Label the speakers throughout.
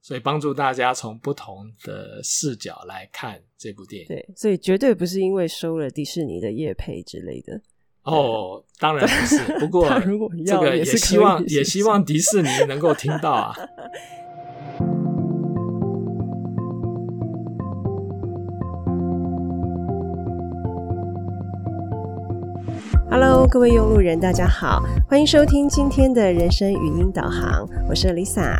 Speaker 1: 所以帮助大家从不同的视角来看这部电影。
Speaker 2: 对，所以绝对不是因为收了迪士尼的业配之类的。
Speaker 1: 哦，当然不是，不过
Speaker 2: 他如果
Speaker 1: 这
Speaker 2: 要
Speaker 1: 个
Speaker 2: 也
Speaker 1: 也
Speaker 2: 是
Speaker 1: 希
Speaker 2: 可以
Speaker 1: 望
Speaker 2: 是
Speaker 1: 也
Speaker 2: 不
Speaker 1: 希
Speaker 2: 是
Speaker 1: 望迪士尼能够听到 啊。
Speaker 2: Hello，各位用路人，大家好，欢迎收听今天的人生语音导航，我是 Lisa。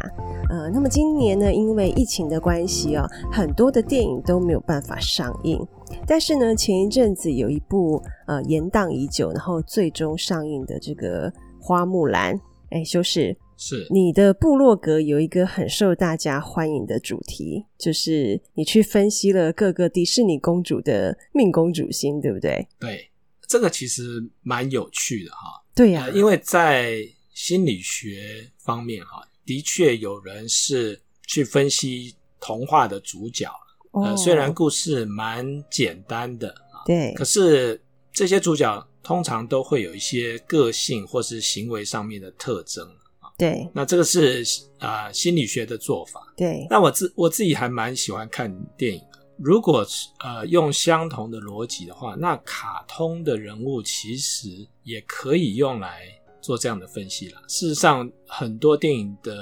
Speaker 2: 呃，那么今年呢，因为疫情的关系哦，很多的电影都没有办法上映。但是呢，前一阵子有一部呃延档已久，然后最终上映的这个《花木兰》，哎，修饰
Speaker 1: 是
Speaker 2: 你的部落格有一个很受大家欢迎的主题，就是你去分析了各个迪士尼公主的命公主心，对不对？
Speaker 1: 对，这个其实蛮有趣的哈、
Speaker 2: 对啊呀、
Speaker 1: 呃因为在心理学方面哈、的确有人是去分析童话的主角，呃，
Speaker 2: 哦
Speaker 1: 虽然故事蛮简单的啊，
Speaker 2: 对
Speaker 1: 可是这些主角通常都会有一些个性或是行为上面的特征。
Speaker 2: 对
Speaker 1: 那这个是啊、呃心理学的做法。
Speaker 2: 对，
Speaker 1: 那我自我自己还蛮喜欢看电影的。如果是呃用相同的逻辑的话，那卡通的人物其实也可以用来做这样的分析啦。事实上，很多电影的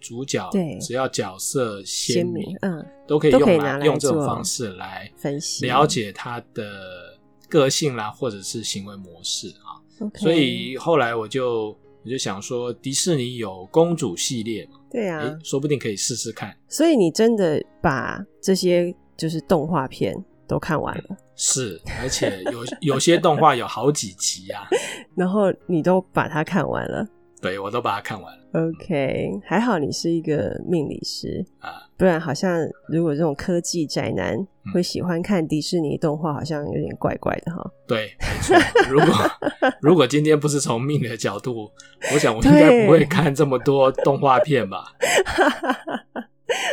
Speaker 1: 主角
Speaker 2: 对
Speaker 1: 只要角色鲜
Speaker 2: 鲜
Speaker 1: 明，
Speaker 2: 明，嗯，
Speaker 1: 都可以
Speaker 2: 都
Speaker 1: 用
Speaker 2: 可以拿来
Speaker 1: 用这种
Speaker 2: 做
Speaker 1: 方式来
Speaker 2: 分析
Speaker 1: 了解他的个性啦，或者是行为模式啊。
Speaker 2: OK
Speaker 1: 所以后来我就我就想说，迪士尼有公主系列嘛，
Speaker 2: 对啊，
Speaker 1: 诶说不定可以试试看。
Speaker 2: 所以你真的把这些就是动画片都看完了，
Speaker 1: 是，而且有有些动画有好几集啊，
Speaker 2: 然后你都把它看完了。
Speaker 1: 对我都把它看完了。
Speaker 2: OK，还好你是一个命理师
Speaker 1: 啊，嗯
Speaker 2: 不然好像如果这种科技宅男会喜欢看迪士尼动画，好像有点怪怪的哈。
Speaker 1: 对，没错。如果如果今天不是从命理的角度，我想我应该
Speaker 2: 对
Speaker 1: 不会看这么多动画片吧？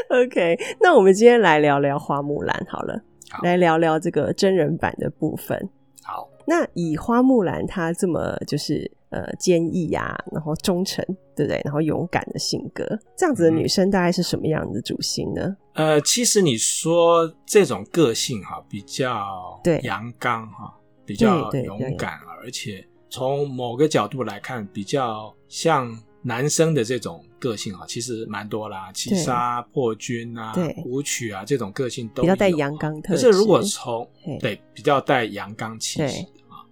Speaker 2: OK，那我们今天来聊聊花木兰好了，
Speaker 1: 好
Speaker 2: 来聊聊这个真人版的部分。
Speaker 1: 好，
Speaker 2: 那以花木兰她这么就是呃坚毅呀、然后忠诚，对不对？然后勇敢的性格，这样
Speaker 1: 嗯
Speaker 2: 子的女生大概是什么样的主心呢？
Speaker 1: 呃，其实你说这种个性哈、比较
Speaker 2: 对
Speaker 1: 阳刚哈、比较
Speaker 2: 对对
Speaker 1: 勇敢啊，而且从某个角度来看，比较像男生的这种个性哈、其实蛮多啦，七
Speaker 2: 对
Speaker 1: 杀、破军啊
Speaker 2: 对、
Speaker 1: 武曲啊这种个性都
Speaker 2: 比较带
Speaker 1: 有啊
Speaker 2: 阳刚特
Speaker 1: 可
Speaker 2: 质。
Speaker 1: 是如果从
Speaker 2: 嘿
Speaker 1: 对比较带阳刚气息
Speaker 2: 对
Speaker 1: 的啊，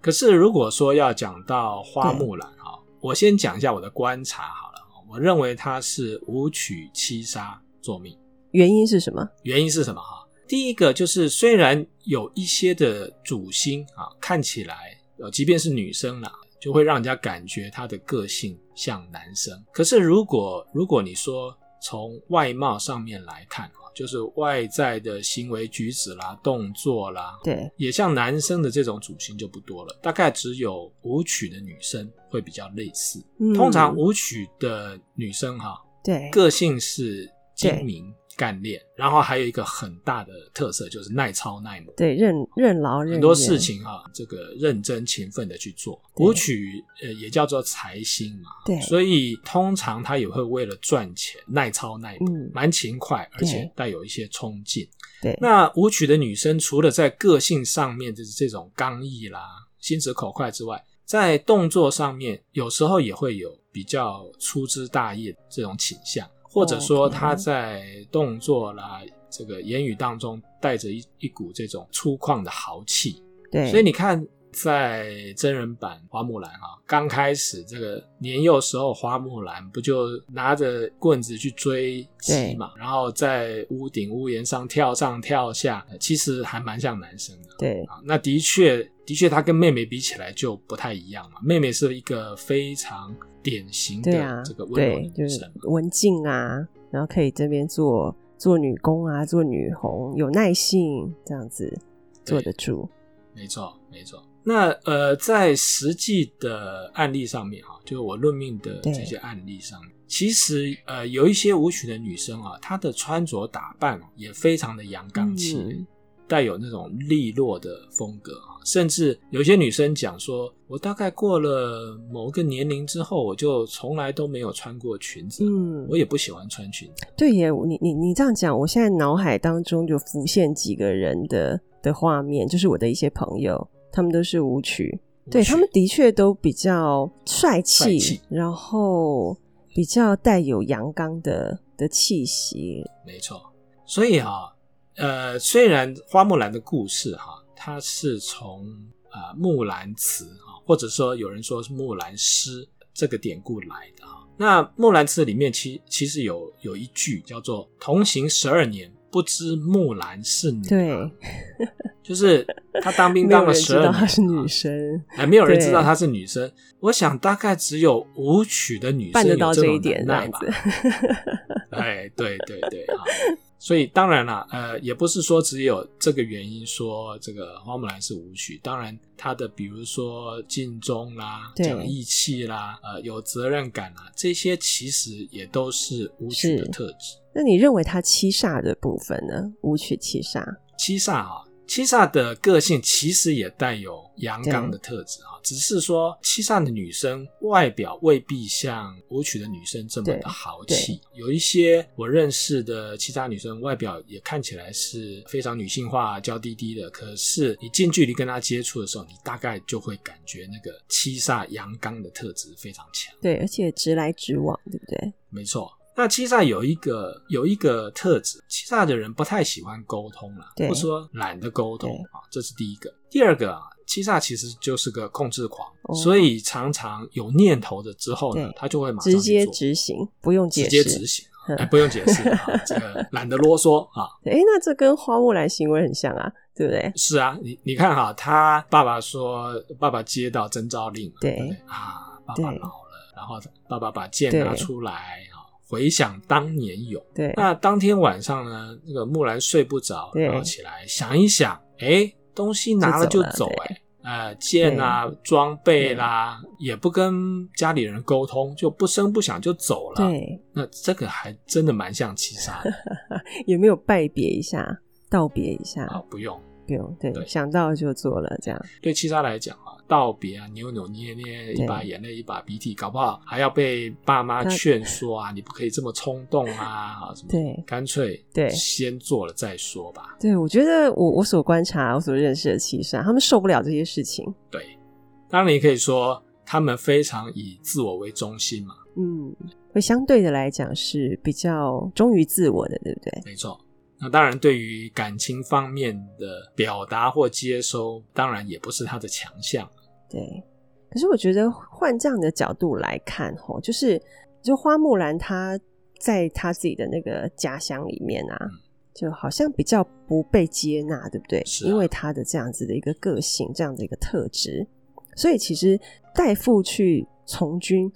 Speaker 1: 可是如果说要讲到花木兰啊，我先讲一下我的观察好了啊，我认为她是武曲七杀作命，
Speaker 2: 原因是什么？
Speaker 1: 原因是什么哈？第一个就是虽然有一些的主心啊，看起来呃，即便是女生啦。就会让人家感觉她的个性像男生。可是如果如果你说从外貌上面来看啊，就是外在的行为举止啦、动作啦，
Speaker 2: 对
Speaker 1: 也像男生的这种主型就不多了，大概只有舞曲的女生会比较类似。
Speaker 2: 嗯
Speaker 1: 通常舞曲的女生哈、
Speaker 2: 对
Speaker 1: 个性是精明干练，然后还有一个很大的特色就是耐操耐磨。
Speaker 2: 对任任劳任
Speaker 1: 很多
Speaker 2: 怨
Speaker 1: 事情啊，这个认真勤奋的去做。
Speaker 2: 对
Speaker 1: 舞曲呃也叫做财星嘛，
Speaker 2: 对
Speaker 1: 所以通常他也会为了赚钱耐操耐磨，
Speaker 2: 嗯
Speaker 1: 蛮勤快，而
Speaker 2: 对
Speaker 1: 且带有一些冲劲。
Speaker 2: 对
Speaker 1: 那舞曲的女生除了在个性上面就是这种刚毅啦、心直口快之外，在动作上面有时候也会有比较粗枝大叶这种倾向，或者说
Speaker 2: 哦 OK
Speaker 1: 她在动作啦、这个言语当中带着一一股这种粗犷的豪气。
Speaker 2: 对，
Speaker 1: 所以你看，在真人版花木兰啊，刚开始这个年幼时候，花木兰不就拿着棍子去追鸡
Speaker 2: 对
Speaker 1: 嘛，然后在屋顶屋檐上跳上跳下，呃其实还蛮像男生的。
Speaker 2: 对
Speaker 1: 啊，那的确，的确，她跟妹妹比起来就不太一样嘛。妹妹是一个非常典型
Speaker 2: 对啊
Speaker 1: 的，这个温柔
Speaker 2: 对
Speaker 1: 女
Speaker 2: 就是
Speaker 1: 生嘛，
Speaker 2: 文静啊，然后可以这边做做女工啊，做女红，有耐性这样子坐
Speaker 1: 对
Speaker 2: 得住。
Speaker 1: 没错，没错。那呃，在实际的案例上面哈，就是我论命的
Speaker 2: 对
Speaker 1: 这些案例上面，其实呃，哦有一些舞曲的女生啊，她的穿着打扮也非常的阳刚气，
Speaker 2: 嗯
Speaker 1: 带有那种利落的风格啊，甚至有些女生讲说，我大概过了某个年龄之后，我就从来都没有穿过裙子，
Speaker 2: 嗯，
Speaker 1: 我也不喜欢穿裙子。
Speaker 2: 对耶，我你你你这样讲，我现在脑海当中就浮现几个人的的画面，就是我的一些朋友，他们都是舞曲，对
Speaker 1: 舞曲
Speaker 2: 他们的确都比较帅
Speaker 1: 帅
Speaker 2: 气，
Speaker 1: 气
Speaker 2: 然后比较带有阳刚的的气息，
Speaker 1: 没错，所以啊，呃，虽然花木兰的故事哈、它是从啊、呃木兰辞啊，或者说有人说是木兰诗这个典故来的啊。那木兰辞里面其其实有有一句叫做“同行十二年，不知木兰是女”，啊
Speaker 2: 对，
Speaker 1: 就是他当兵
Speaker 2: 没有
Speaker 1: 当
Speaker 2: 人
Speaker 1: 了
Speaker 2: 知
Speaker 1: 十二
Speaker 2: 道
Speaker 1: 年，
Speaker 2: 她是女生，
Speaker 1: 哎，没有人知道
Speaker 2: 对
Speaker 1: 她是女生。我想大概只有舞曲的女
Speaker 2: 办
Speaker 1: 生
Speaker 2: 得到
Speaker 1: 有
Speaker 2: 这
Speaker 1: 种
Speaker 2: 一点，这
Speaker 1: 能耐
Speaker 2: 样
Speaker 1: 吧
Speaker 2: 子。，
Speaker 1: 哎，对对对啊！所以当然啦，呃，也不是说只有这个原因说这个花木兰是舞曲，当然她的比如说尽忠啦、
Speaker 2: 对
Speaker 1: 讲义气啦、呃有责任感啦，这些其实也都是舞曲的
Speaker 2: 是
Speaker 1: 特质。
Speaker 2: 那你认为她七煞的部分呢？舞曲七煞，
Speaker 1: 七煞啊，七煞的个性其实也带有阳刚的特质啊，只是说七煞的女生外表未必像舞曲的女生这么的豪气。有一些我认识的七煞女生，外表也看起来是非常女性化、娇滴滴的，可是你近距离跟她接触的时候，你大概就会感觉那个七煞阳刚的特质非常强。
Speaker 2: 对，而且直来直往，对不对？
Speaker 1: 没错。那七煞有一个有一个特质，七煞的人不太喜欢沟通啦，
Speaker 2: 对
Speaker 1: 或者说懒得沟通
Speaker 2: 对
Speaker 1: 啊，这是第一个。第二个啊，七煞其实就是个控制狂，
Speaker 2: 哦
Speaker 1: 所以常常有念头的之后呢
Speaker 2: 对，
Speaker 1: 他就会马上去
Speaker 2: 直接
Speaker 1: 做
Speaker 2: 执行，不用解
Speaker 1: 直
Speaker 2: 释。
Speaker 1: 接执行
Speaker 2: 嗯
Speaker 1: 啊，哎，不用解释啊，这 个懒得啰嗦啊。
Speaker 2: 哎，那这跟花木兰行为很像啊，对不对？
Speaker 1: 是啊，你你看哈，他爸爸说，爸爸接到征召令嘛，
Speaker 2: 对
Speaker 1: 对不对啊，爸爸
Speaker 2: 对
Speaker 1: 老了，然后爸爸把剑拿
Speaker 2: 对
Speaker 1: 出来啊，回想当年勇。
Speaker 2: 对，
Speaker 1: 那当天晚上呢，那个木兰睡不着，
Speaker 2: 对
Speaker 1: 然后起来想一想，哎，东西拿了就
Speaker 2: 就走
Speaker 1: 走
Speaker 2: 了，
Speaker 1: 哎，呃，剑啊、装备啦，也不跟家里人沟通，就不声不响就走了。
Speaker 2: 对，
Speaker 1: 那这个还真的蛮像七杀 的
Speaker 2: 有没有拜别一下，道别一下？
Speaker 1: 啊，不用。
Speaker 2: 不用，对，
Speaker 1: 对
Speaker 2: 想到就做了，这样。
Speaker 1: 对七杀来讲啊，道别啊，扭扭捏捏，
Speaker 2: 对
Speaker 1: 一把眼泪一把鼻涕，搞不好还要被爸妈
Speaker 2: 那
Speaker 1: 劝说啊，你不可以这么冲动啊，啊什么？
Speaker 2: 对
Speaker 1: 干脆
Speaker 2: 对
Speaker 1: 先做了再说吧。
Speaker 2: 对，我觉得我我所观察、我所认识的七煞，他们受不了这些事情。
Speaker 1: 对，当然也可以说他们非常以自我为中心嘛，
Speaker 2: 嗯，会相对的来讲是比较忠于自我的，对不对？
Speaker 1: 没错。那当然，对于感情方面的表达或接收，当然也不是他的强项。
Speaker 2: 对，可是我觉得换这样的角度来看，吼，就是就花木兰她在她自己的那个家乡里面啊，
Speaker 1: 嗯
Speaker 2: 就好像比较不被接纳，对不对？
Speaker 1: 是啊
Speaker 2: 因为她的这样子的一个个性，这样的一个特质，所以其实代父去从军，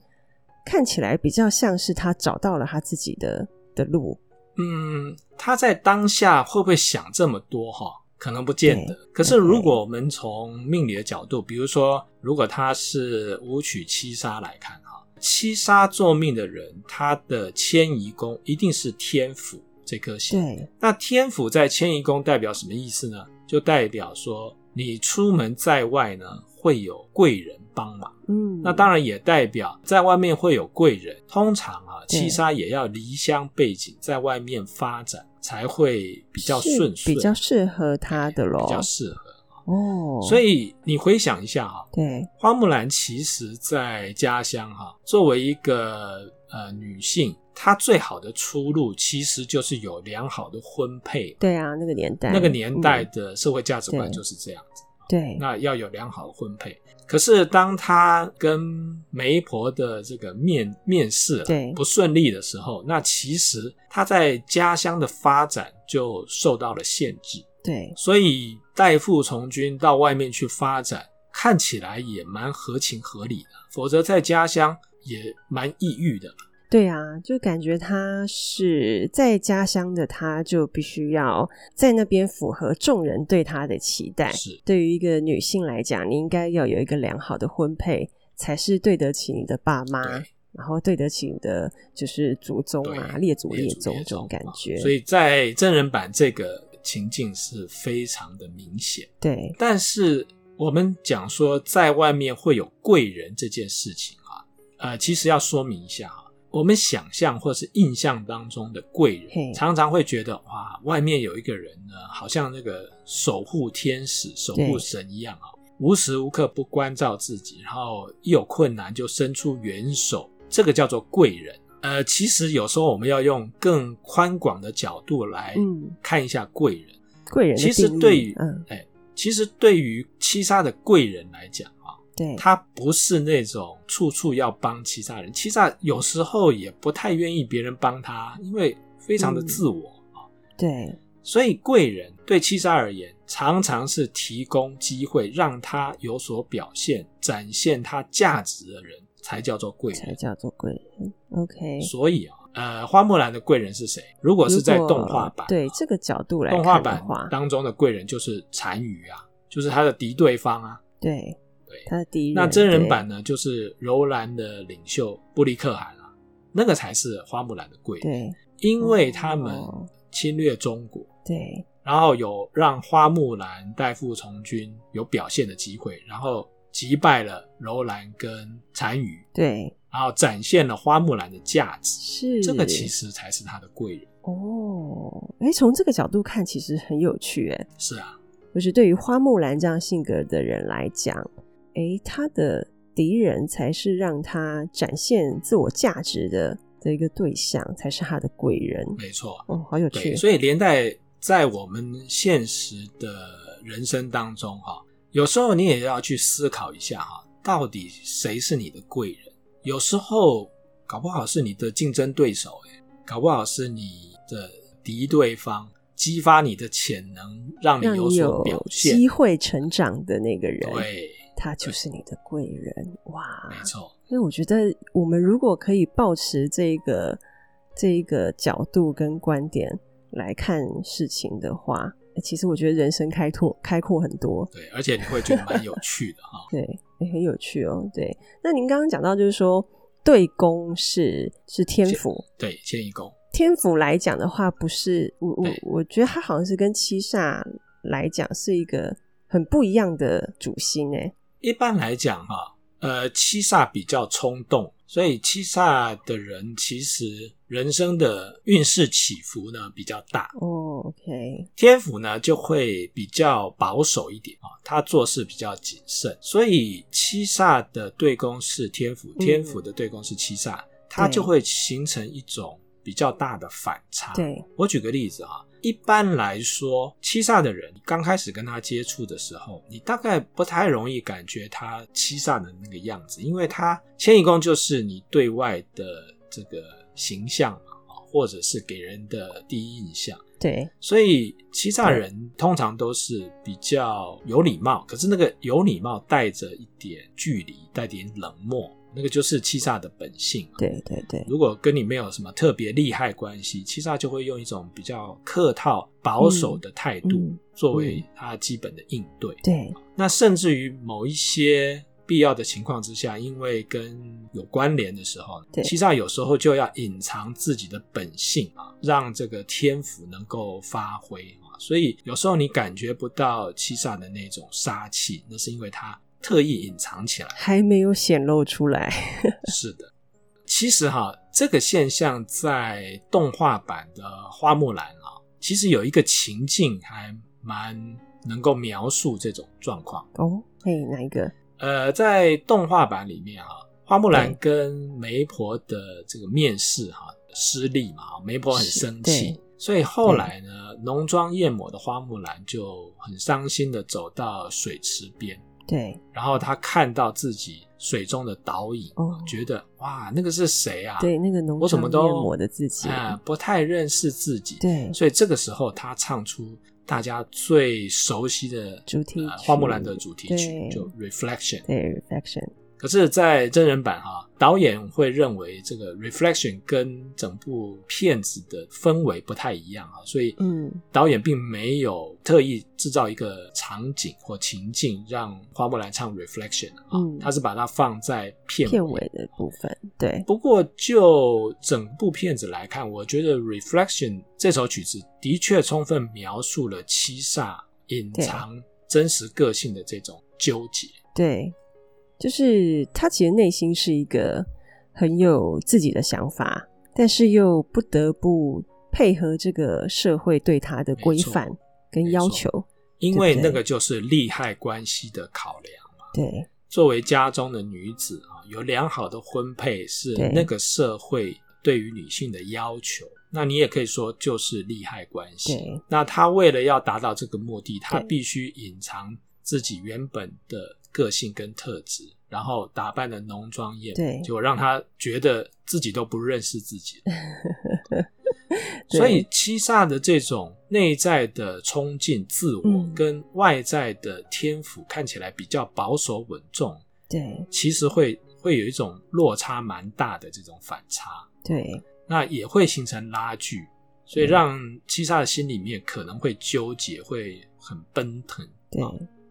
Speaker 2: 看起来比较像是她找到了她自己的的路，
Speaker 1: 嗯，他在当下会不会想这么多哈？可能不见得。可是如果我们从命理的角度，比如说，如果他是武曲七杀来看哈，七杀做命的人，他的迁移宫一定是天府这颗星。
Speaker 2: 对
Speaker 1: 那天府在迁移宫代表什么意思呢？就代表说你出门在外呢，会有贵人帮忙。
Speaker 2: 嗯，
Speaker 1: 那当然也代表在外面会有贵人。通常啊，
Speaker 2: 对
Speaker 1: 七杀也要离乡背景，在外面发展才会比较
Speaker 2: 是
Speaker 1: 顺遂，
Speaker 2: 比较适合她的咯
Speaker 1: 比，较适合。
Speaker 2: 哦，
Speaker 1: 所
Speaker 2: 以
Speaker 1: 以你回想一下啊，
Speaker 2: 对
Speaker 1: 花木兰其实在家乡哈、作为一个呃女性，她最好的出路其实就是有良好的婚配。
Speaker 2: 对啊，那个年代，
Speaker 1: 那个年代
Speaker 2: 嗯
Speaker 1: 的社会价值观
Speaker 2: 对
Speaker 1: 就是这样子，
Speaker 2: 对，
Speaker 1: 那要有良好的婚配。可是当他跟媒婆的这个面面试啊
Speaker 2: 对
Speaker 1: 不顺利的时候，那其实他在家乡的发展就受到了限制，
Speaker 2: 对，
Speaker 1: 所以代父从军到外面去发展，看起来也蛮合情合理的，否则在家乡也蛮抑郁的。
Speaker 2: 对啊，就感觉他是在家乡的，他就必须要在那边符合众人对他的期待。
Speaker 1: 是
Speaker 2: 对于一个女性来讲，你应该要有一个良好的婚配，才是对得起你的爸妈，
Speaker 1: 对。
Speaker 2: 然后对得起你的就是祖宗啊、
Speaker 1: 对
Speaker 2: 列祖
Speaker 1: 列
Speaker 2: 列
Speaker 1: 祖
Speaker 2: 宗
Speaker 1: 列
Speaker 2: 这种
Speaker 1: 宗
Speaker 2: 感
Speaker 1: 啊
Speaker 2: 觉。
Speaker 1: 所以在真人版这个情境是非常的明显。
Speaker 2: 对，
Speaker 1: 但是我们讲说在外面会有贵人这件事情啊，呃，其实要说明一下啊，我们想象或是印象当中的贵
Speaker 2: 嘿
Speaker 1: 人，常常会觉得哇，外面有一个人呢，好像那个守护天使、守护神一样啊，无时无刻不关照自己，然后一有困难就伸出援手，这个叫做贵人。呃，其实有时候我们要用更宽广的角度来
Speaker 2: 嗯，
Speaker 1: 看一下贵人。
Speaker 2: 贵人的
Speaker 1: 其实
Speaker 2: 定义
Speaker 1: 对于
Speaker 2: 嗯，
Speaker 1: 哎，其实对于七杀的贵人来讲啊，
Speaker 2: 对，
Speaker 1: 他不是那种处处要帮七杀人，七杀有时候也不太愿意别人帮他，因为非常的自我
Speaker 2: 嗯
Speaker 1: 啊。
Speaker 2: 对，
Speaker 1: 所以贵人对七杀而言，常常是提供机会让他有所表现、展现他价值的人，才叫做贵
Speaker 2: 才
Speaker 1: 人。
Speaker 2: 叫做贵人。OK，
Speaker 1: 所以啊，呃，花木兰的贵人是谁？如果是在
Speaker 2: 如果
Speaker 1: 动画版，
Speaker 2: 对这个角度来
Speaker 1: 动画
Speaker 2: 看的
Speaker 1: 版
Speaker 2: 话，
Speaker 1: 当中的贵人就是单于啊，就是他的敌对方啊。
Speaker 2: 对
Speaker 1: 对，
Speaker 2: 他的第一
Speaker 1: 那真人版呢，就是柔兰的领袖布利克汗啊，那个才是花木兰的贵人，
Speaker 2: 对
Speaker 1: 因为他们
Speaker 2: 哦
Speaker 1: 侵略中国，
Speaker 2: 对
Speaker 1: 然后有让花木兰代父从军有表现的机会，然后击败了柔兰跟单于，
Speaker 2: 对
Speaker 1: 然后展现了花木兰的价值，
Speaker 2: 是
Speaker 1: 这个其实才是他的贵人。
Speaker 2: 哦，哎，从这个角度看，其实很有趣哎。
Speaker 1: 是啊，
Speaker 2: 就是对于花木兰这样性格的人来讲，诶，他的敌人才是让他展现自我价值的的一个对象，才是他的贵人。
Speaker 1: 没错。啊
Speaker 2: 哦，好有趣
Speaker 1: 对，。所以连带在我们现实的人生当中哈、有时候你也要去思考一下哈、到底谁是你的贵人？有时候搞不好是你的竞争对手，哎，搞不好是你的敌对方，激发你的潜能，让你
Speaker 2: 让
Speaker 1: 有
Speaker 2: 你
Speaker 1: 所
Speaker 2: 有
Speaker 1: 表现。
Speaker 2: 机会成长的那个人，
Speaker 1: 对，
Speaker 2: 他就是你的贵人哇！
Speaker 1: 没错，
Speaker 2: 所以我觉得，我们如果可以保持这个这一个角度跟观点来看事情的话，诶其实我觉得人生开拓开阔很多。
Speaker 1: 对，而且你会觉得蛮有趣的哈、
Speaker 2: 对，也很有趣哦。对，那您刚刚讲到就是说，对宫是是天府，
Speaker 1: 对，迁移宫，
Speaker 2: 天府来讲的话，不是我我
Speaker 1: 对
Speaker 2: 我觉得它好像是跟七煞来讲是一个很不一样的主星诶。
Speaker 1: 一般来讲哈、呃，七煞比较冲动，所以七煞的人其实人生的运势起伏呢比较大。
Speaker 2: 哦，OK，
Speaker 1: 天府呢就会比较保守一点啊，他做事比较谨慎，所以七煞的对宫是天府，
Speaker 2: 嗯
Speaker 1: 天府的对宫是七煞，它就会形成一种比较大的反差。
Speaker 2: 对，
Speaker 1: 我举个例子啊，一般来说，七煞的人刚开始跟他接触的时候，你大概不太容易感觉他七煞的那个样子，因为他迁移宫就是你对外的这个形象嘛，啊或者是给人的第一印象。
Speaker 2: 对，
Speaker 1: 所以欺诈人通常都是比较有礼貌，可是那个有礼貌带着一点距离，带点冷漠，那个就是欺诈的本性。
Speaker 2: 对，对，对，
Speaker 1: 如果跟你没有什么特别利害关系，欺诈就会用一种比较客套、保守的态度、
Speaker 2: 嗯嗯
Speaker 1: 作为他基本的应对。
Speaker 2: 对，
Speaker 1: 那甚至于某一些必要的情况之下，因为跟有关联的时候
Speaker 2: 对，
Speaker 1: 七煞有时候就要隐藏自己的本性啊，让这个天赋能够发挥啊。所以有时候你感觉不到七煞的那种杀气，那是因为他特意隐藏起来。
Speaker 2: 还没有显露出来。
Speaker 1: 是的，其实哈，这个现象在动画版的花木兰啊，其实有一个情境还蛮能够描述这种状况。
Speaker 2: 哦，嘿，哪一个？
Speaker 1: 呃，在动画版里面啊，花木兰跟媒婆的这个面试哈、失利嘛，媒婆很生
Speaker 2: 是
Speaker 1: 气
Speaker 2: 对，嗯
Speaker 1: 所以后来呢，浓妆艳抹的花木兰就很伤心的走到水池边，
Speaker 2: 对，
Speaker 1: 然后她看到自己水中的倒影，
Speaker 2: 哦，
Speaker 1: 觉得哇，那个是谁啊？
Speaker 2: 对，那个浓
Speaker 1: 我怎
Speaker 2: 妆
Speaker 1: 么
Speaker 2: 艳
Speaker 1: 都
Speaker 2: 抹的自己，
Speaker 1: 啊、不太认识自己，
Speaker 2: 对，
Speaker 1: 所以这个时候她唱出大家最熟悉的
Speaker 2: 主题
Speaker 1: 呃
Speaker 2: 曲
Speaker 1: 花木兰的主题曲
Speaker 2: 对
Speaker 1: 就 Reflection。
Speaker 2: 对，reflection，
Speaker 1: 可是，在真人版哈、导演会认为这个 reflection 跟整部片子的氛围不太一样啊，所以
Speaker 2: 嗯
Speaker 1: 导演并没有特意制造一个场景或情境让花木兰唱 reflection 啊，
Speaker 2: 嗯
Speaker 1: 他是把它放在片
Speaker 2: 片尾的部分，对，
Speaker 1: 不过就整部片子来看，我觉得《Reflection》这首曲子的确充分描述了七煞隐藏真实个性的这种纠结。
Speaker 2: 对，就是他其实内心是一个很有自己的想法，但是又不得不配合这个社会对他的规
Speaker 1: 没错
Speaker 2: 范跟
Speaker 1: 没
Speaker 2: 要
Speaker 1: 错
Speaker 2: 求。
Speaker 1: 因为
Speaker 2: 对
Speaker 1: 那个就是利害关系的考量。
Speaker 2: 对，
Speaker 1: 作为家中的女子啊，有良好的婚配是
Speaker 2: 对
Speaker 1: 那个社会对于女性的要求。那你也可以说就是利害关系
Speaker 2: 对。
Speaker 1: 那她为了要达到这个目的，她
Speaker 2: 对
Speaker 1: 必须隐藏自己原本的个性跟特质，然后打扮的浓妆艳
Speaker 2: 对
Speaker 1: 抹，结果让她觉得自己都不认识自 己。
Speaker 2: 对
Speaker 1: 所以七煞的这种内在的冲劲、自我
Speaker 2: 嗯
Speaker 1: 跟外在的天赋，看起来比较保守稳重。
Speaker 2: 对，
Speaker 1: 其实会会有一种落差蛮大的这种反差，
Speaker 2: 对，
Speaker 1: 那也会形成拉锯，所以
Speaker 2: 嗯
Speaker 1: 让七煞的心里面可能会纠结，会很奔腾。
Speaker 2: 对，
Speaker 1: 啊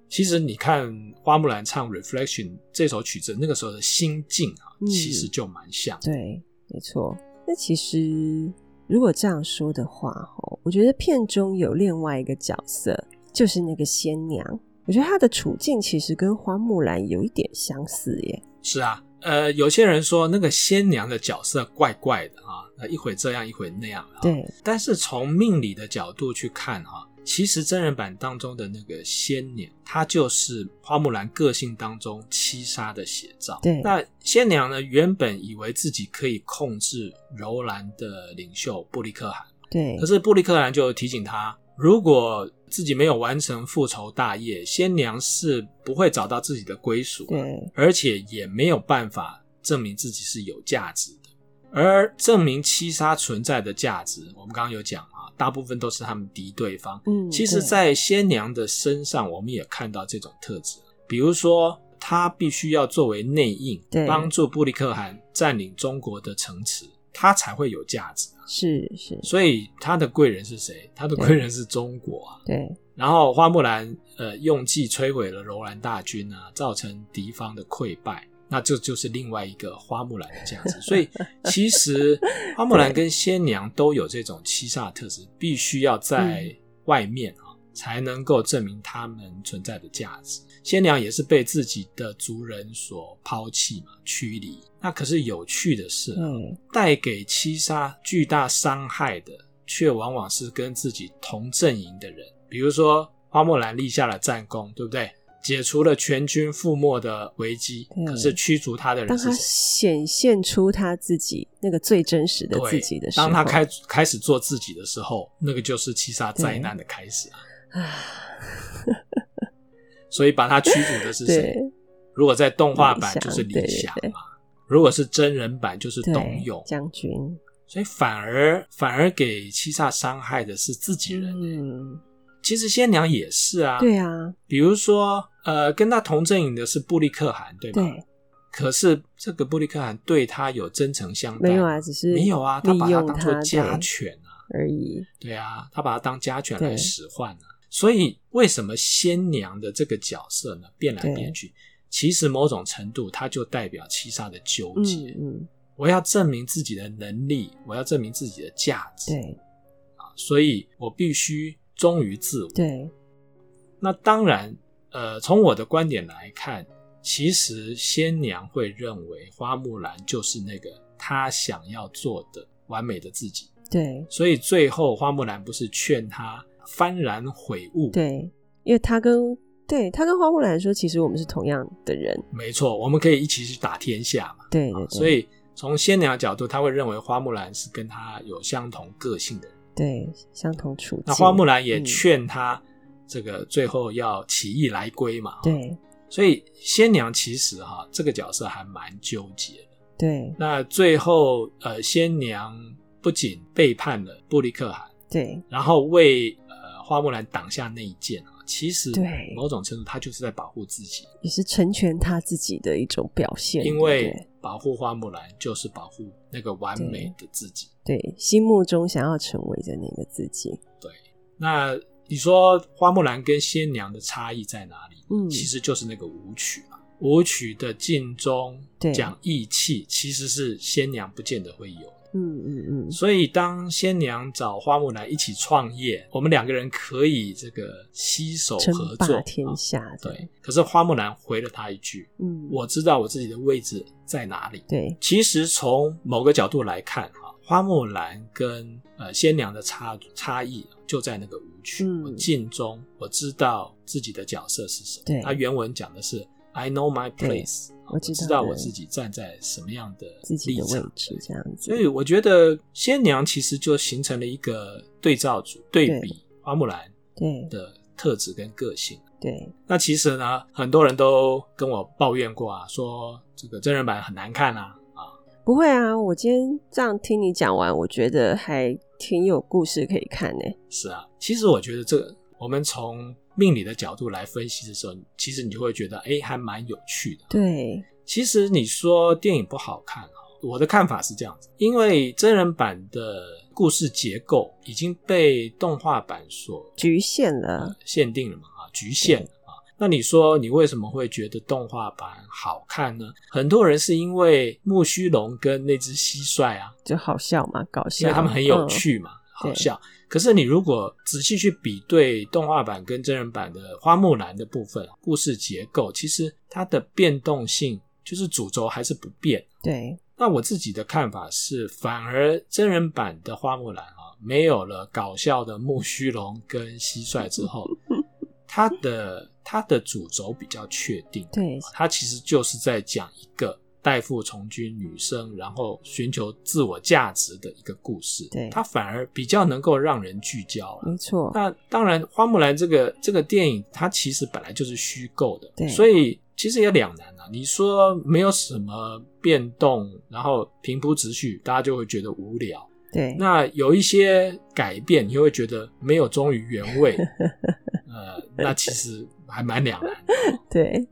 Speaker 1: 其实你看花木兰唱《Reflection》这首曲子，那个时候的心境啊，
Speaker 2: 嗯
Speaker 1: 其实就蛮像。
Speaker 2: 对，没错。那其实如果这样说的话，吼，我觉得片中有另外一个角色，就是那个仙娘。我觉得她的处境其实跟花木兰有一点相似耶。
Speaker 1: 是啊，呃，有些人说那个仙娘的角色怪怪的啊，那一会这样，一会那样、啊。
Speaker 2: 对，
Speaker 1: 但是从命理的角度去看哈、其实真人版当中的那个仙娘，她就是花木兰个性当中七杀的写照。
Speaker 2: 对
Speaker 1: 那仙娘呢，原本以为自己可以控制柔兰的领袖布利克汗，
Speaker 2: 对
Speaker 1: 可，是布利克汗就提醒她，如果自己没有完成复仇大业，仙娘是不会找到自己的归属的。
Speaker 2: 对，
Speaker 1: 而且也没有办法证明自己是有价值的。而证明七杀存在的价值，我们刚刚有讲啊，大部分都是他们敌对方。
Speaker 2: 嗯，
Speaker 1: 其实，
Speaker 2: 对
Speaker 1: 在仙娘的身上，我们也看到这种特质，比如说，她必须要作为内应
Speaker 2: 对，
Speaker 1: 帮助布里克汗占领中国的城池，她才会有价值。啊
Speaker 2: 是是，
Speaker 1: 所以，她的贵人是谁？她的贵人是中国啊。
Speaker 2: 对
Speaker 1: 然后，花木兰呃用计摧毁了柔兰大军啊，造成敌方的溃败。那这就是另外一个花木兰的价值。所以，其实花木兰跟仙娘都有这种七煞特质，必须要在外面啊、才能够证明他们存在的价值。仙娘也是被自己的族人所抛弃嘛，驱离。那可是有趣的是啊、
Speaker 2: 对
Speaker 1: 带给七杀巨大伤害的，却往往是跟自己同阵营的人。比如说，花木兰立下了战功，对不对？解除了全军覆没的危机，
Speaker 2: 对
Speaker 1: 可是驱逐他的人
Speaker 2: 当她
Speaker 1: 是谁？
Speaker 2: 显现出她自己那个最真实的自己的时候，
Speaker 1: 当他开开始做自己的时候，那个就是七杀灾难的开始啊！
Speaker 2: 啊，
Speaker 1: 所以把他驱逐的是谁？
Speaker 2: 对
Speaker 1: 如果在动画
Speaker 2: 李
Speaker 1: 版
Speaker 2: 翔
Speaker 1: 就是
Speaker 2: 对
Speaker 1: 李
Speaker 2: 对
Speaker 1: 翔
Speaker 2: 对
Speaker 1: 嘛，如果是真人版就是董
Speaker 2: 对
Speaker 1: 永，
Speaker 2: 将军，
Speaker 1: 所以反而反而给七煞伤害的是自己人。
Speaker 2: 嗯，
Speaker 1: 其实仙娘也是啊，
Speaker 2: 对啊，
Speaker 1: 比如说，呃，跟他同阵营的是布利克汗，对吧？
Speaker 2: 对，
Speaker 1: 可是这个布利克汗对他有真诚相待，
Speaker 2: 没有啊，只是
Speaker 1: 没有啊，他
Speaker 2: 利
Speaker 1: 把他
Speaker 2: 用
Speaker 1: 当
Speaker 2: 他
Speaker 1: 做家
Speaker 2: 对
Speaker 1: 犬啊，
Speaker 2: 而已。
Speaker 1: 对啊，他把他当家犬
Speaker 2: 对
Speaker 1: 来使唤啊。所以为什么仙娘的这个角色呢，变来
Speaker 2: 对
Speaker 1: 变去？其实某种程度，它就代表七杀的纠
Speaker 2: 嗯
Speaker 1: 结。
Speaker 2: 嗯，
Speaker 1: 我要证明自己的能力，我要证明自己的价值，
Speaker 2: 对
Speaker 1: 所以我必须忠于自我。
Speaker 2: 对
Speaker 1: 那当然，呃，从我的观点来看，其实仙娘会认为花木兰就是那个她想要做的完美的自己，
Speaker 2: 对
Speaker 1: 所以最后花木兰不是劝她幡然悔悟？，
Speaker 2: 对，因为他跟对他跟花木兰说，其实我们是同样的人。
Speaker 1: 没错，我们可以一起去打天下嘛。
Speaker 2: 对对对，
Speaker 1: 啊所以从仙娘的角度，她会认为花木兰是跟她有相同个性的人。
Speaker 2: 对相同处境。
Speaker 1: 那花木兰也
Speaker 2: 嗯
Speaker 1: 劝她，这个最后要起义来归嘛。，
Speaker 2: 对
Speaker 1: 所以仙娘其实哈、这个角色还蛮纠结的。
Speaker 2: 对
Speaker 1: 那最后，呃，仙娘不仅背叛了布里克汗，
Speaker 2: 对
Speaker 1: 然后为呃花木兰挡下那一剑啊，其实
Speaker 2: 对
Speaker 1: 某种程度他就是在保护自己，
Speaker 2: 也是成全他自己的一种表现。
Speaker 1: 因
Speaker 2: 对不
Speaker 1: 为保护花木兰就是保护那个完美的自己。
Speaker 2: 对对心目中想要成为的那个自己，
Speaker 1: 那你说花木兰跟仙娘的差异在哪里？
Speaker 2: 嗯
Speaker 1: 其实就是那个舞曲嘛。舞曲的尽忠
Speaker 2: 对
Speaker 1: 讲义气，其实是仙娘不见得会有。
Speaker 2: 嗯嗯嗯，
Speaker 1: 所以，当仙娘找花木兰一起创业，我们两个人可以这个携手合
Speaker 2: 称
Speaker 1: 作
Speaker 2: 霸天
Speaker 1: 啊
Speaker 2: 下的，
Speaker 1: 对，可是花木兰回了他一句
Speaker 2: 嗯，：“
Speaker 1: 我知道我自己的位置在哪里。
Speaker 2: 对”
Speaker 1: 其实从某个角度来看，哈，花木兰跟呃仙娘的差差异就在那个舞曲。
Speaker 2: 嗯
Speaker 1: 我尽忠，我知道自己的角色是什么。
Speaker 2: 对
Speaker 1: 他原文讲的是 “I know my
Speaker 2: 对
Speaker 1: place”，啊
Speaker 2: 我
Speaker 1: 我
Speaker 2: 知
Speaker 1: 知道
Speaker 2: 道
Speaker 1: 我
Speaker 2: 的
Speaker 1: 自己站在什么样的
Speaker 2: 自己的
Speaker 1: 立场
Speaker 2: 位置
Speaker 1: 对
Speaker 2: 这样子
Speaker 1: 所，以我觉得仙娘其实就形成了一个对照组，对比花木兰
Speaker 2: 对
Speaker 1: 的特质跟个性。
Speaker 2: 对，
Speaker 1: 那其实呢，很多人都跟我抱怨过啊，说这个真人版很难看啊，啊，
Speaker 2: 不会啊，我今天这样听你讲完，我觉得还挺有故事可以看欸呢、
Speaker 1: 是啊。其实我觉得这个，我们从命理的角度来分析的时候，其实你就会觉得，哎，还蛮有趣的。
Speaker 2: 对，
Speaker 1: 其实你说电影不好看啊，我的看法是这样子，因为真人版的故事结构已经被动画版所
Speaker 2: 局限了，
Speaker 1: 限定了嘛啊，局限了啊。那你说你为什么会觉得动画版好看呢？很多人是因为木须龙跟那只蟋蟀啊，
Speaker 2: 就好笑嘛，搞
Speaker 1: 因
Speaker 2: 笑，
Speaker 1: 为他们很有
Speaker 2: 嗯
Speaker 1: 趣嘛，好
Speaker 2: 对
Speaker 1: 笑。可是你如果仔细去比对动画版跟真人版的花木兰的部分，啊故事结构其实它的变动性就是主轴还是不变。
Speaker 2: 对，
Speaker 1: 那我自己的看法是，反而真人版的花木兰啊，没有了搞笑的木须龙跟蟋蟀之后，它的它的主轴比较确定。
Speaker 2: 对
Speaker 1: 它其实就是在讲一个代父从军女生，然后寻求自我价值的一个故事。
Speaker 2: 对嗯
Speaker 1: 它反而比较能够让人聚焦了。
Speaker 2: 没错，
Speaker 1: 那当然，花木兰这个这个电影，它其实本来就是虚构的，
Speaker 2: 对
Speaker 1: 所以其实也两难啊。你说没有什么变动，然后平铺直叙，大家就会觉得无聊。
Speaker 2: 对，
Speaker 1: 那有一些改变，你就会觉得没有忠于原 味，呃，那其实还蛮两难的。啊
Speaker 2: 对，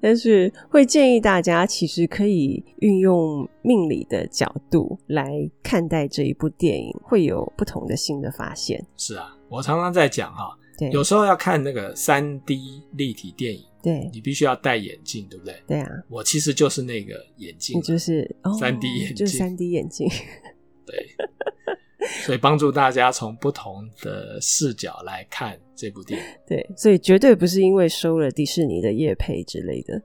Speaker 2: 但是会建议大家其实可以运用命理的角度来看待这一部电影，会有不同的新的发现。
Speaker 1: 是啊，我常常在讲哈、
Speaker 2: 对，
Speaker 1: 有时候要看那个三 D 立体电影，
Speaker 2: 对
Speaker 1: 你必须要戴眼镜，对不对？
Speaker 2: 对啊，
Speaker 1: 我其实就是那个眼镜
Speaker 2: 你，就是哦，
Speaker 1: 3D 眼镜
Speaker 2: 就是三 D 眼镜，
Speaker 1: 对，所以帮助大家从不同的视角来看这部电影。
Speaker 2: 对，所以绝对不是因为收了迪士尼的业配之类的。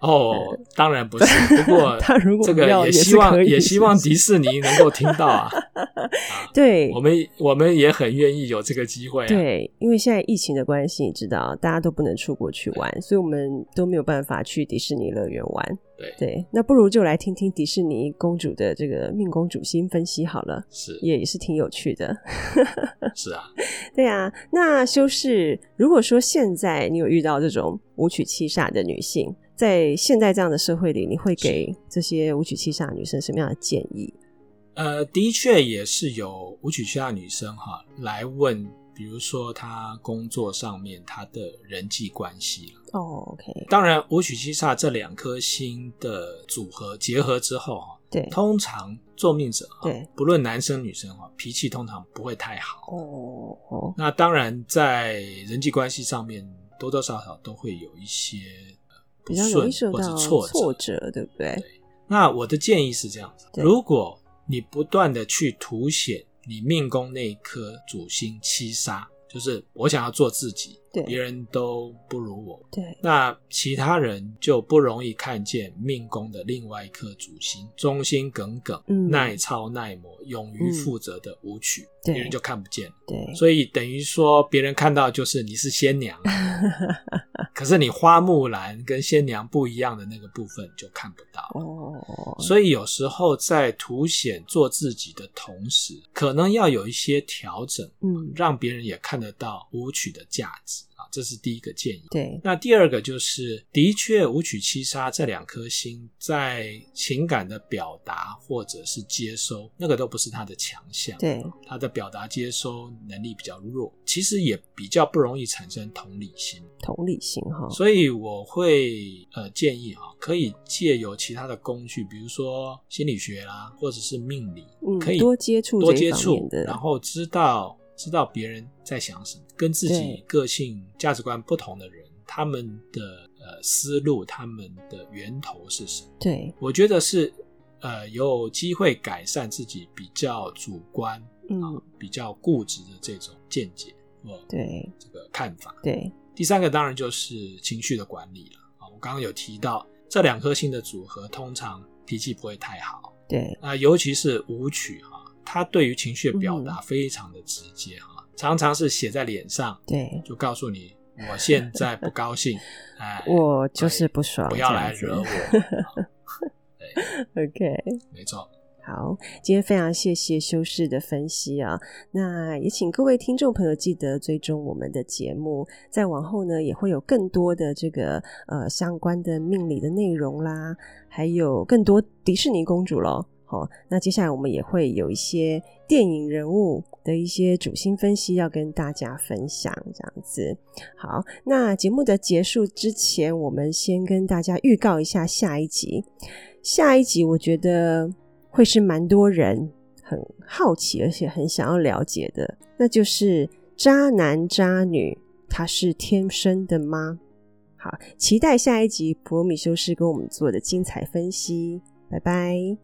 Speaker 1: 哦，当然不是，不 过
Speaker 2: 他嗯如果
Speaker 1: 这个
Speaker 2: 要
Speaker 1: 也
Speaker 2: 也是
Speaker 1: 希望
Speaker 2: 可以
Speaker 1: 也希望
Speaker 2: 是不是
Speaker 1: 迪士尼能够听到啊，
Speaker 2: 对，
Speaker 1: 我们我们也很愿意有这个机会、啊。
Speaker 2: 对，因为现在疫情的关系，你知道，大家都不能出国去玩，所以我们都没有办法去迪士尼乐园玩。
Speaker 1: 对
Speaker 2: 对，那不如就来听听迪士尼公主的这个命宫主星分析好了，
Speaker 1: 是
Speaker 2: 也也是挺有趣的。
Speaker 1: 是啊，
Speaker 2: 对啊，那修饰，如果说现在你有遇到这种舞曲七煞的女性，在现在这样的社会里，你会给这些舞曲七煞的女生什么样的建议？
Speaker 1: 呃，的确也是有舞曲下女生哈、来问，比如说她工作上面她的人际关系啦
Speaker 2: 哦，OK、o k
Speaker 1: 当然，武曲七煞这两颗星的组合结合之后啊，
Speaker 2: 对，
Speaker 1: 通常做命者啊
Speaker 2: 对，
Speaker 1: 不论男生女生啊，脾气通常不会太好。
Speaker 2: 哦哦，
Speaker 1: 那当然，在人际关系上面，多多少少都会有一些呃不
Speaker 2: 比较容易
Speaker 1: 顺
Speaker 2: 受
Speaker 1: 或
Speaker 2: 到
Speaker 1: 者挫
Speaker 2: 挫折，对不对？
Speaker 1: 那我的建议是这样子：
Speaker 2: 对
Speaker 1: 如果你不断的去凸显你命宫那一颗主星七杀，就是我想要做自己，
Speaker 2: 对
Speaker 1: 别人都不如我，
Speaker 2: 对，
Speaker 1: 那其他人就不容易看见命宫的另外一颗主星，忠心耿耿、
Speaker 2: 嗯
Speaker 1: 耐操耐磨、勇于负责的舞曲，
Speaker 2: 对
Speaker 1: 别人就看不见了。
Speaker 2: 对，
Speaker 1: 所以等于说，别人看到就是你是仙娘，啊 可是你花木兰跟仙娘不一样的那个部分就看不到。
Speaker 2: 哦，
Speaker 1: 所以有时候在凸显做自己的同时，可能要有一些调整，
Speaker 2: 嗯，
Speaker 1: 让别人也看得到舞曲的价值。值啊，这是第一个建议。
Speaker 2: 对，
Speaker 1: 那第二个就是，的确，舞曲七杀这两颗星在情感的表达或者是接收，那个都不是他的强项。
Speaker 2: 对，
Speaker 1: 他的表达接收能力比较弱，其实也比较不容易产生同理心。
Speaker 2: 同理心哈、
Speaker 1: 所以我会呃建议啊，可以借由其他的工具，比如说心理学啦，或者是命理，
Speaker 2: 嗯
Speaker 1: 可以
Speaker 2: 多接触
Speaker 1: 多
Speaker 2: 这一
Speaker 1: 接
Speaker 2: 方
Speaker 1: 触
Speaker 2: 面的，
Speaker 1: 然后知道知道别人在想什么，跟自己
Speaker 2: 对
Speaker 1: 个性价值观不同的人，他们的呃思路，他们的源头是什么？
Speaker 2: 对，
Speaker 1: 我觉得是呃有机会改善自己比较主观啊、
Speaker 2: 嗯，
Speaker 1: 比较固执的这种见解或
Speaker 2: 对
Speaker 1: 这个看法。
Speaker 2: 对
Speaker 1: 第三个当然就是情绪的管理了啊。我刚刚有提到，这两颗星的组合通常脾气不会太好
Speaker 2: 对，
Speaker 1: 啊、尤其是舞曲哈、它对于情绪的表达非常的直接哈、常常是写在脸上，
Speaker 2: 对，
Speaker 1: 就告诉你我现在不高兴，哎，
Speaker 2: 我就是不爽，
Speaker 1: 不要来
Speaker 2: 这
Speaker 1: 惹
Speaker 2: 样
Speaker 1: 我。
Speaker 2: 子
Speaker 1: 啊对，
Speaker 2: OK，
Speaker 1: 没错，
Speaker 2: 好，今天非常谢谢修士的分析啊，那也请各位听众朋友记得追踪我们的节目，再往后呢也会有更多的这个呃相关的命理的内容啦，还有更多迪士尼公主咯。好，那接下来我们也会有一些电影人物的一些主心分析要跟大家分享，这样子。好，那节目的结束之前，我们先跟大家预告一下下一集。下一集我觉得会是蛮多人很好奇，而且很想要了解的，那就是渣男渣女他是天生的吗？好，期待下一集普罗米修斯跟我们做的精彩分析。拜拜。